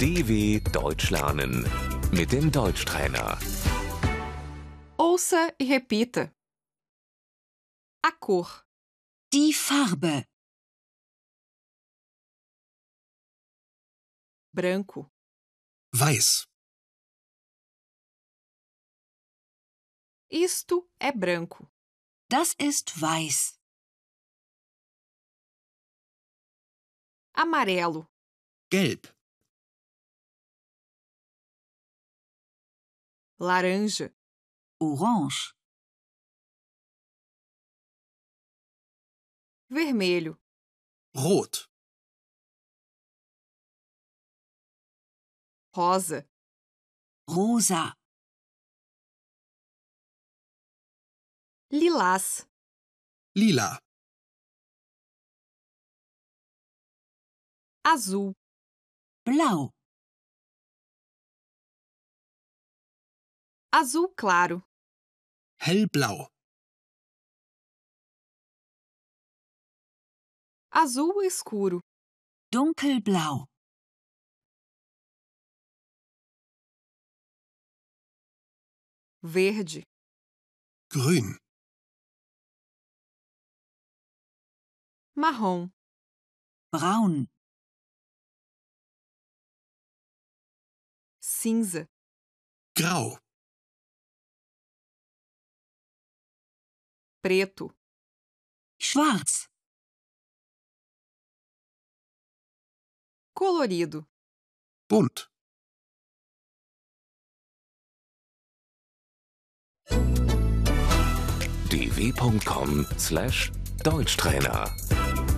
DW Deutsch lernen mit dem Deutschtrainer. Ouça e repita. A cor, Die Farbe. branco, Weiß. isto é branco. Das ist weiß. Amarelo, Gelb. laranja, Orange. vermelho, Rot. rosa, Rosa. lilás, Lila. azul, Blau. azul claro, Hellblau. azul escuro, Dunkelblau. verde, Grün. marrom, Braun. cinza, Grau. preto, Schwarz. colorido, Bunt. dw.com/deutschtrainer